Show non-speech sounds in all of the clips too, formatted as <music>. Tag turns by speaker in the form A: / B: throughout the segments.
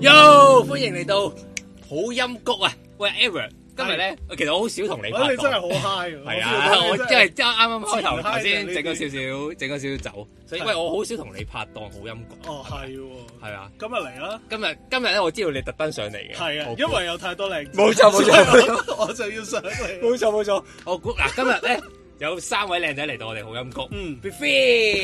A: Yo，歡迎嚟到好音谷啊！喂，Ever，今日咧，其實我好少同你拍
B: 你真係
A: 檔，
B: 好 high 喎！
A: 係
C: à,
A: 啊，我
B: 真
A: 真
B: 係
A: 係真係啱啱開頭
B: 自嗨
A: 頭先
B: 就係呢
A: 整
B: 啲
A: 咗少少，整咗少少酒，所以
B: 係
A: 喂，我好少同你拍檔好音谷，
B: 哦係喎，
A: 係
C: à.
A: 啊，
B: 今日嚟啦，
A: 今日今日咧，我知道你特登上嚟嘅，
B: 係啊
A: 我，估
B: 因為有太多靚，
A: 冇錯冇錯冇錯
B: 錯，我就要上嚟。
A: 冇錯冇錯，我估
C: À,
A: 嗱今日咧有三位靚仔嚟到我哋好音谷
B: 嗯，
A: b e f e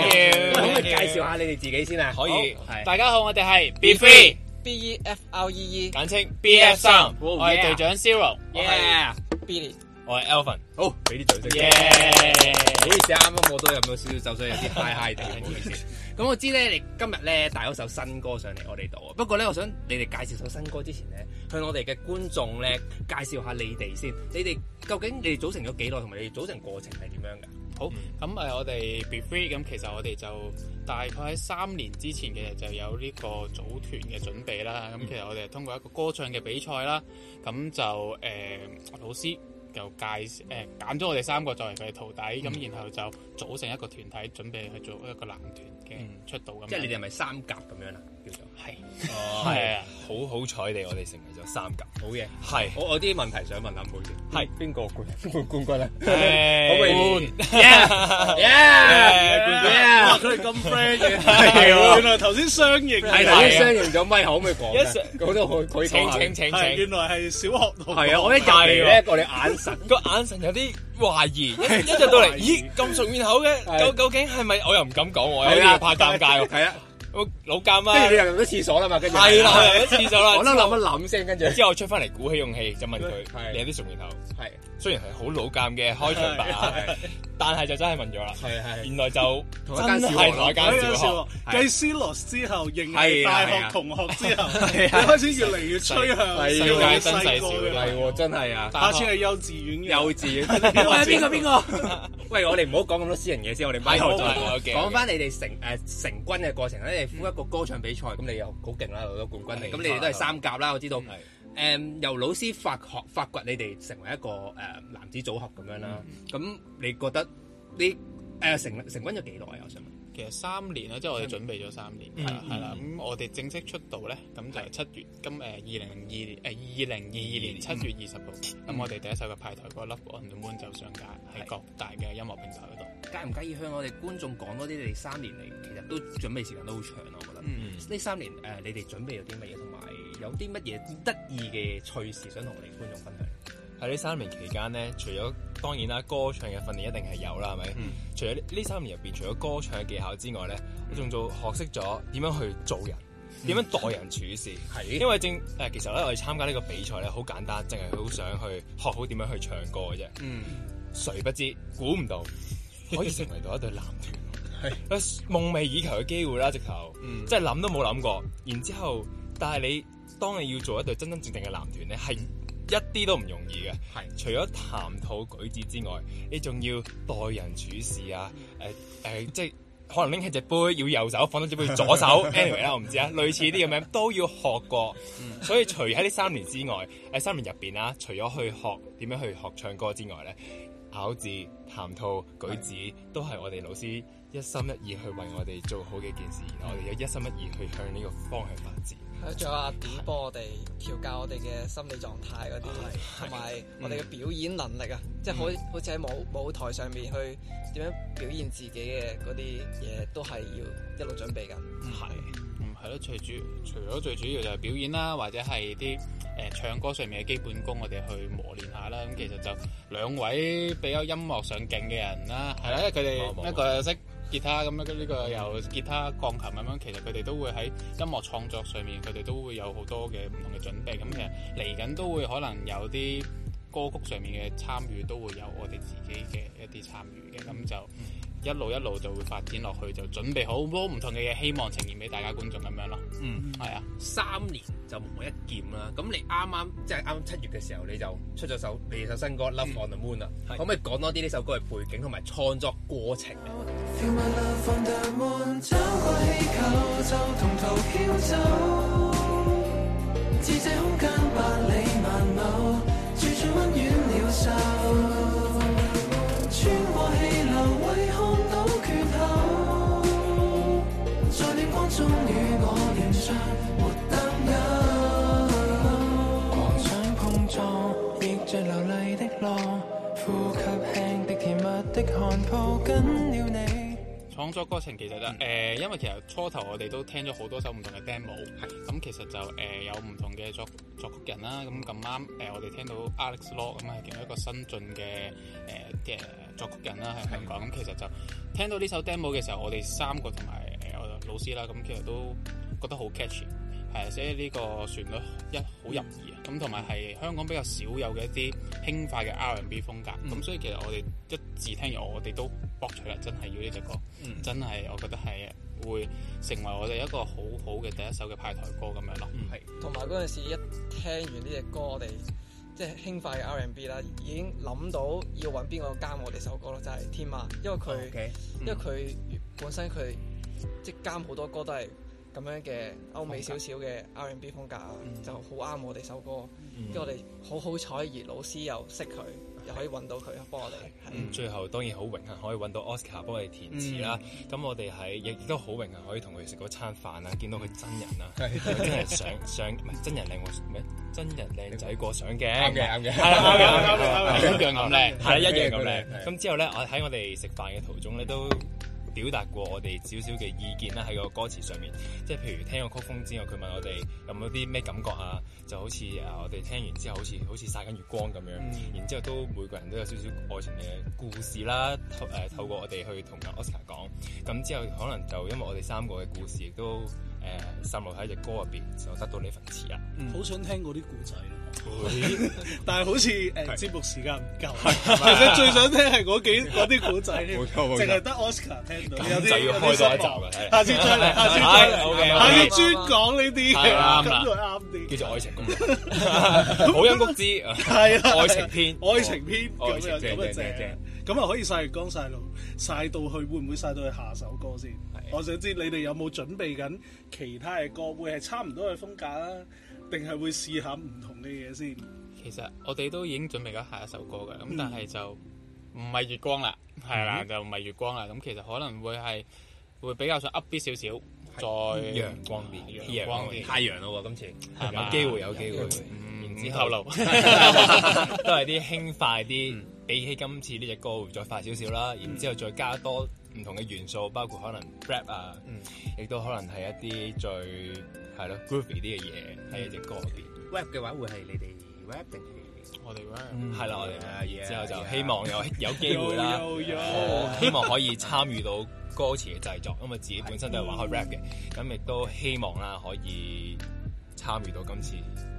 B: you，thank you，thank you
A: 可唔可以介紹下你哋自己先啊？
C: 可以
A: 好，係
C: 大家好，我哋係 Be Free，
D: B E F R E E
C: 簡稱 BF 三，
A: Oh,
C: 我係
A: yeah
C: 隊長 Zero，我係
A: Yeah
D: Billy，
C: 我係 Alvin，
A: 好，俾啲掌聲。
C: 耶！
A: 唔好意思，啊啱啱我都飲咗少少酒，所以有啲 high high 地，唔好意思。咁我知咧，你今日咧帶咗首新歌上嚟我哋度啊。不過咧，我想你哋介紹首新歌之前咧，向我哋嘅觀眾咧介紹下你哋先。你哋究竟你哋組成咗幾耐，同埋你哋組成過程係點樣㗎？
C: 好，咁誒我哋 Be Free，咁其實我哋就大概喺三年之前其實就有呢個組團嘅準備啦。咁其實我哋係通過一個歌唱嘅比賽啦，咁就誒老師。就介誒揀咗我哋三個作為佢嘅徒弟，咁然後就組成一個團體，準備去做一個男團嘅出道咁樣。
A: 即係你哋係咪三甲咁樣啊啦？叫做
C: 係
A: 係
C: 係啊，
D: 好好彩地，我哋成為咗三甲。
A: 好嘢。
D: 係
A: 我我啲問題想問下，唔好意思。
D: 係
A: 邊個冠冠 <laughs> 軍啊？可唔可以
C: 誒
A: ？Yeah yeah
B: 哇
A: yeah！
B: 佢哋咁 friend 嘅，
A: <laughs> 係喎
B: 原來頭先相認
A: 係頭先相認咗咪，可唔可以講
D: Yes, sir.
A: 嘅？講都可以可以講下
C: 請
A: 嘅
C: 請。請
B: 係
C: 請
B: 原。來係小學同學
A: 係啊，我一入嚟咧，我哋眼神
D: 個眼神有啲懷疑，一
A: <laughs>
D: 一入到嚟，
B: 懷疑
D: 咦咁熟面口嘅，
A: 係
D: 究究竟係咪？我又唔敢講，我
A: 係
D: 有
A: 啊
D: 啲嘢怕
A: <laughs>
D: 尷尬喎。
A: 係啊，
D: 我老尷
A: 跟住你
D: 啊，
A: 又入咗廁所啦嘛，跟住
D: 係啦，我入咗廁
A: <laughs>
D: 所 <laughs> 啦。
A: 我都諗一諗先，跟住
D: 之後我出翻嚟鼓起勇氣就問
A: 係
D: 佢：你有啲熟面口？
A: 係
D: 雖然係好老尷嘅開場白，
A: 係
D: 但係就真係問咗啦。
A: 係係
D: 原來就
A: 同
D: 真
A: 一間小學
D: 係同一
B: 嗰
D: 間
B: 間
D: 小學。
B: 小
A: 係
B: 學繼 C 羅之後，認
A: 係
B: 係
A: 啊
B: 大
A: 係啊
B: 學同學之後，你開始越嚟越趨向
A: 係
B: 細
A: 啊
B: 個
C: 真
B: 細
C: 細
B: 個
C: 小
B: 嘅
A: 係，喎，真係啊！
B: 下次係幼稚園嘅，
A: 幼稚園，喂邊個邊個？喂，我哋唔好講咁多私人嘢先，我哋咪後再
D: 好好
A: 講。
D: ，OK，
A: 講翻你哋成誒成軍嘅過程咧，你哋一個歌唱比賽，咁你又好勁啦，攞到冠軍嚟，咁你哋都係三甲啦，我知道。
D: 係
A: 誒由老師發學發掘你哋成為一個誒男子組合咁樣啦，咁你覺得你誒成成軍咗幾耐啊？我想問。
C: 其實三年啊啦，即係我哋準備咗三年，
D: 嗯
C: 係啦係啦。咁我哋正式出道咧，咁就係七月，咁誒二零零二年誒二零二二年七月二十號，咁我哋第一首嘅派台歌《Love on the Moon》就上架喺各大嘅音樂平台嗰度。
A: 介唔介意向我哋觀眾講多啲？你哋三年嚟其實都準備時間都好長咯，我覺得。
C: 嗯
A: 呢三年誒、呃你哋準備咗啲乜嘢，同埋有啲乜嘢得意嘅趣事想同我哋觀眾分享？
D: 喺呢三年期間咧，除咗當然啦，歌唱嘅訓練一定係有啦，係咪？
C: 嗯
D: 除咗呢呢三年入邊，除咗歌唱嘅技巧之外咧，我仲做學識咗點樣去做人，
C: 嗯
D: 點樣待人處事。
A: 係
D: 因為正誒、呃其實咧，我哋參加呢個比賽咧，好簡單，淨係好想去學好點樣去唱歌嘅啫。
A: 嗯，
D: 誰不知，估唔到可以成為到一隊男團，係夢寐以求嘅機會啦，直頭，
A: 嗯
D: 即係諗都冇諗過。然之後，但係你當你要做一隊真真正正嘅男團咧，係一啲都唔容易嘅。
A: 係
D: 除咗談吐舉止之外，你仲要待人處事啊，誒、誒、即係。可能拎起隻杯要右手，放低隻杯要左手，anyway 啦，我唔知啊，類似啲咁樣都要學過。所以除喺呢三年之外，喺三年入邊啦，除咗去學點樣去學唱歌之外咧，咬字、談吐、舉止都係我哋老師一心一意去為我哋做好嘅一件事，然後我哋有一心一意去向呢個方向發展。
E: 仲有阿點幫我哋調教我哋嘅心理狀態嗰啲，
C: 哦
E: 同埋我哋嘅表演能力啊，
C: 嗯
E: 即係好好似喺舞舞台上面去點樣表現自己嘅嗰啲嘢，都係要一路準備緊。
D: 係、
C: 嗯，係咯，最主除咗最主要就係表演啦，或者係啲誒唱歌上面嘅基本功，我哋去磨練下啦。咁其實就兩位比較音樂上勁嘅人啦，係啦，因為佢
D: 冇
C: 哋
D: 冇
C: 一個又識吉他啊咁樣，呢個又吉他、鋼琴咁樣，其實佢哋都會喺音樂創作上面，佢哋都會有好多嘅唔同嘅準備。咁其實嚟緊都會可能有啲歌曲上面嘅參與，都會有我哋自己嘅一啲參與嘅，咁就。一路一路就會發展落去，就準備好多唔同嘅嘢，希望呈現俾大家觀眾咁樣咯。
A: 嗯，
C: 係啊，
A: 三年就磨一劍啦。咁你啱啱即係啱啱七月嘅時候，你就出咗首你首新歌《Love on the Moon》啦。
D: 係
A: 可唔可以講多啲呢首歌嘅背景同埋創作過程啊？
F: Feel my love on the moon，找個氣球就同途飄走，至這空間百里萬畝，住進溫軟鳥獸，穿過氣流為看到缺口，在暖光中與我上沒擔憂。狂想碰撞，逆着流麗的浪，呼吸輕的甜蜜的汗，抱緊了你。
C: 創作過程其實誒、呃因為其實初頭我哋都聽咗好多首唔同嘅 demo，咁其實就誒、呃有唔同嘅作作曲人啦，咁咁啱誒我哋聽到 Alex Law 咁係其中一個新進嘅誒嘅作曲人啦喺香港，咁其實就聽到呢首 demo 嘅時候，我哋三個同埋誒我老師啦，咁其實都覺得好 catchy。係，所以呢個旋律一好入耳啊，咁同埋係香港比較少有嘅一啲輕快嘅 R&B 風格，咁、所以其實我哋一自聽完我哋都博取啦，真係要呢只歌，真係我覺得係會成為我哋一個好好嘅第一首嘅派台歌咁樣咯。
E: 同埋嗰陣時一聽完呢只歌，我哋即係輕快嘅 R&B 啦，已經諗到要揾邊個監我哋首歌咯，就係、天馬，因為佢、
A: OK，
E: 因為佢本身佢即係監好多歌都係咁樣嘅歐美少少嘅 R&B 風格啊，
D: 嗯
E: 就好啱我哋首歌。跟住我哋好好彩，而老師又識佢，又可以揾到佢幫我哋。係
D: 嗯最後當然好榮幸可以揾到 Oscar 幫我哋填詞啦。咁、我哋喺亦亦都好榮幸可以同佢食嗰餐飯啊，見到佢真人啊，真人相相唔係真人靚過咩？真人靚仔過相嘅，
A: 啱嘅啱嘅
D: 係啦
A: <laughs>
D: 啱嘅啱嘅啱嘅。
C: 一樣咁靚，
D: 係啦，一樣咁
A: 係
D: 靚。
A: 係
D: 咁之後咧，我喺我哋食飯嘅途中咧，都表達過我哋少少嘅意見啦，喺個歌詞上面，即係譬如聽個曲風之後，佢問我哋有冇啲咩感覺啊，就好似啊，我哋聽完之後好似好似曬緊月光咁樣，然之後都每個人都有少少愛情嘅故事啦，透誒、透過我哋去同阿 Oscar 講，咁之後可能就因為我哋三個嘅故事亦都誒滲入喺隻歌入邊，就得到呢份詞啦。
B: 好想聽嗰啲故仔但係好似誒節目時間唔夠，其實最想聽係
D: <laughs>
B: 嗰幾嗰啲古仔添，
A: 冇錯冇錯
B: 淨係得 Oscar 聽到，有
D: 咁
B: 啲
D: 就要開多一集啦係
B: 下次再嚟，下次再
D: 係
B: 嚟，
D: ，OK，OK
B: 下次專講呢啲
D: 係啦
B: 嘅，
D: 啱
B: 咁
D: 啦
B: 就啱啲。
D: 叫做愛情公路，好音谷之
B: 係啊啦，
D: 愛情篇，
B: 愛情篇咁
D: 愛
B: 樣
D: 情
A: 正
B: 咁啊
A: 正正
B: 正，咁啊可以曬月光曬路，曬到去會唔會曬到去下首歌先？我想知你哋有冇準備緊其他嘅歌，會係差唔多嘅風格啊，定係會試下唔同嘅嘢先？
C: 其實我哋都已經準備咗下一首歌嘅，咁但係就唔係月光啦，係啦，就唔係月光啦。咁其實可能會係會比較想 up 啲少少，再
D: 陽光啲，
C: 陽光啲，
A: 太陽咯喎，今次
C: 係嘛
D: 有機會有機會，嗯
C: 唔
D: 然
C: 知
D: 之
C: 嗯
D: <laughs>
C: 透
D: 後
C: 露。
D: 都係啲輕快啲，比起今次呢只歌會再快少少啦，然之後再加多唔同嘅元素，包括可能 rap 啊，亦都可能係一啲最係咯 groovy 啲嘅嘢喺一隻歌入邊，
A: rap 嘅話會係你哋 rap 定係
C: 我哋
D: <laughs> 係啦，我哋啊
A: Yeah,
D: 之後就
A: yeah.
D: 希望有有機會啦。
B: 有有
D: 希望可以參與到歌詞嘅製作，因為自己本身都係玩開 rap 嘅，咁亦都希望啦可以參與到今次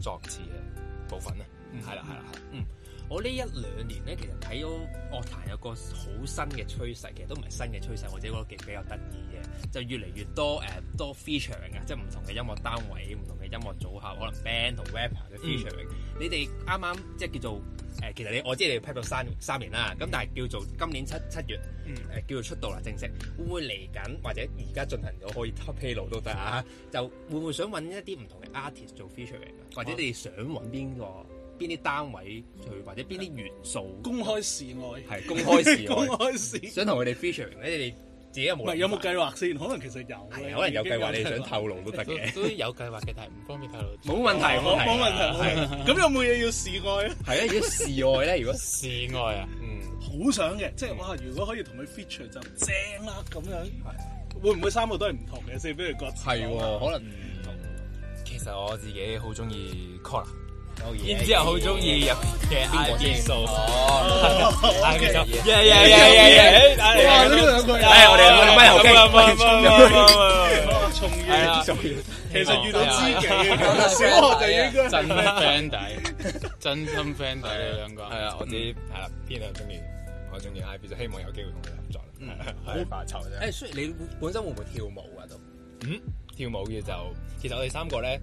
D: 作詞嘅部分咧。係啦，係啦，係啦
A: 我呢一兩年咧，其實睇到樂壇有個好新嘅趨勢，其實都唔係新嘅趨勢，我自己覺得幾比較得意嘅，就越嚟越多誒、呃多 featuring 啊，即係唔同嘅音樂單位、唔同嘅音樂組合，可能 band 同 rapper 嘅
B: 嗯
A: featuring、你哋啱啱即係叫做誒、呃其實你我知你哋 prep 咗三三年啦，咁但係叫做今年七七月誒、
B: 嗯
A: 呃叫做出道啦正式，會唔會嚟緊或者而家進行咗可以披露都得啊？就會唔會想揾一啲唔同嘅 artist 做 featuring 啊？或者你哋想揾邊個邊啲單位去，或者邊啲元素
B: 公開示愛， <laughs>
A: 係公開示
B: 公
A: 愛，
B: 開示愛。
A: 想同佢哋 featuring 咧？你哋自己有
B: 唔
A: 冇諗
B: 係
A: 法？
B: 有冇計劃先？可能其實有嘅，
A: 係可能有計劃，你哋想
B: 投。
A: 透露都得
C: 都
A: 嘅，
C: 都有計劃嘅，但係唔方便透露。
A: <laughs> 冇問題，
B: 冇冇問題，
A: 係
B: 冇問題。咁有冇嘢要示愛咧？
A: 係啊！如果示愛咧，如果
C: 示愛啊，
B: 好想嘅，即係哇！如果可以同佢 feature 就正啦咁樣。會唔會三個都係唔同嘅先？比如各自
A: 係
B: 講啊
A: 喎，可能唔同。
D: 其實我自己好中意 Collar，
A: 有嘢
D: 然之後好中意入嘅
A: 邊個
D: I
A: 先
D: B 數，
B: 哦
D: ，I B 數
B: OK
D: ，yeah yeah yeah yeah yeah，
B: 哇！呢
D: 嚟嚟嚟
B: 兩個人，
D: 哎我哋我哋咪後傾
B: 哇重
C: 係
B: 要
C: 啊。
B: 其實遇到知己嘅，
E: 係啊
B: 小學就應該
C: 真 friend 底，真心 friend 底你兩個。
D: 係啊，我自己係啦，偏向中意，我中意 I B 就希望有機會同佢合作啦，係啊發愁啫。
A: 誒，雖然你本身會唔會跳舞啊？都
D: 嗯，跳舞嘅就其實我哋三個咧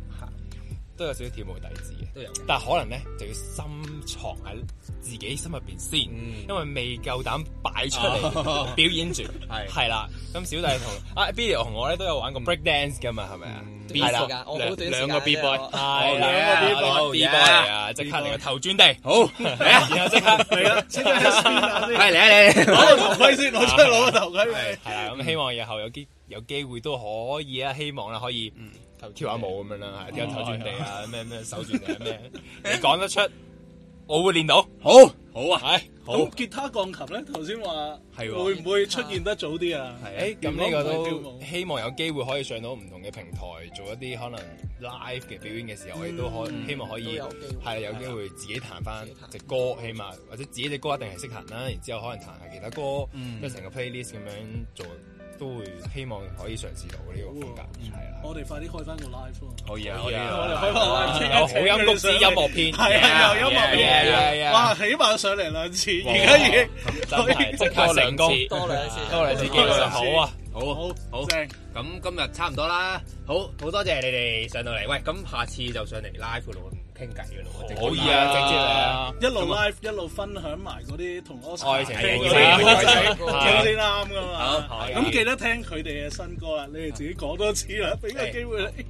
D: 都有少少跳舞底子嘅，
A: 都有嘅。
D: 但係可能咧就要深藏喺自己心入邊先，因為未夠膽擺出嚟 <laughs> 表演住，
A: 係
D: 係啦。咁小弟同啊 Billy 同我咧都有玩過 break dance 噶嘛，係咪啊？
E: 短
D: 係
E: 時間
D: 啦，
E: 嗯我好短時間
D: 兩個
E: 啫
D: B boy，
E: 我
D: 係
A: 哦兩個 B
D: 啦，
A: boy，
D: 兩個 B boy
A: 好
D: 嚟啊！即刻嚟個頭轉地，
A: 好，
D: 嚟啊然後即刻。
B: 係啊，先睇下先啦先
A: 係嚟啊嚟啊！
B: 攞個頭盔先，攞出嚟攞個頭盔。
D: 係啦，咁希望日後有機有機會都可以啊，希望啦可以跳下舞咁樣啦，係跳下頭轉地啊，咩咩手轉地啊咩，你講得出， <laughs> 我會練到，好，好啊，係好，
B: 咁吉他鋼琴咧，頭先話
D: 係喎
B: 會唔會出現得早啲啊？
D: 係誒咁呢個都希望有機會可以上到唔同嘅平台，做一啲可能 live 嘅表演嘅時候，我哋都可希望可
E: 都
D: 以
E: 有機會
D: 係有機會自己彈翻
E: 自己彈
D: 隻歌，起碼或者自己隻歌一定係識彈啦，然之後可能彈下其他歌，即係成個 playlist 咁樣做，都會希望可以嘗試到呢個風格，係啦。
B: 我哋快啲開翻個 live 咯！
D: 可以啊，可以啊，
B: 我哋開翻個 live，
D: 有好音谷
B: Dạ.
D: 之音樂片，
B: 係啊，
D: Dạ.
B: 有音樂片，哇，
D: 哇，
B: 起碼上嚟兩次，而家已經
D: 真係即刻成功，
E: 多兩次，
D: 多兩次機會啦，好啊，
A: 好
B: 好
A: 好
B: 正，
A: 咁今日差唔多啦，好好多謝你哋上到嚟，喂，咁下次就上嚟 live 嗰度傾偈嘅咯，直接
D: 可以啊，直接嚟啊，
B: 一路 live 一路分享埋嗰啲同 Oscar
D: 愛情
B: 傾
D: 故
B: 嗰
D: 事
B: 啲
D: 啊
B: 嗰啲啱噶
A: 好
B: 嘛。
A: 係
B: 咁記得聽佢哋嘅新歌啦，你哋自己講多次啦，俾個機會你。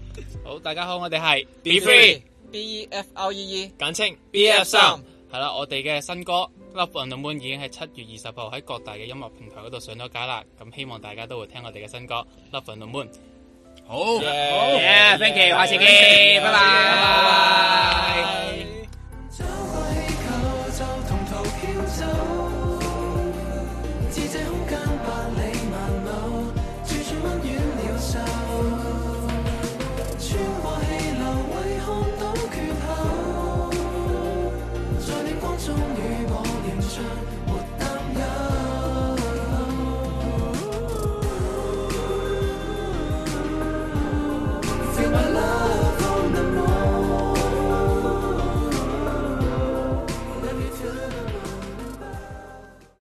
C: 好，大家好，我哋係 Be
E: Free B E F R E E，
C: 簡稱
E: BF 三
C: 係啦，我哋嘅新歌《Love on the Moon》已經喺七月二十號喺各大嘅音樂平台嗰度上咗架啦，咁希望大家都會聽我哋嘅新歌《Love on the Moon》。
A: 好，好，thank you，下次見，拜拜，拜拜。
F: oh,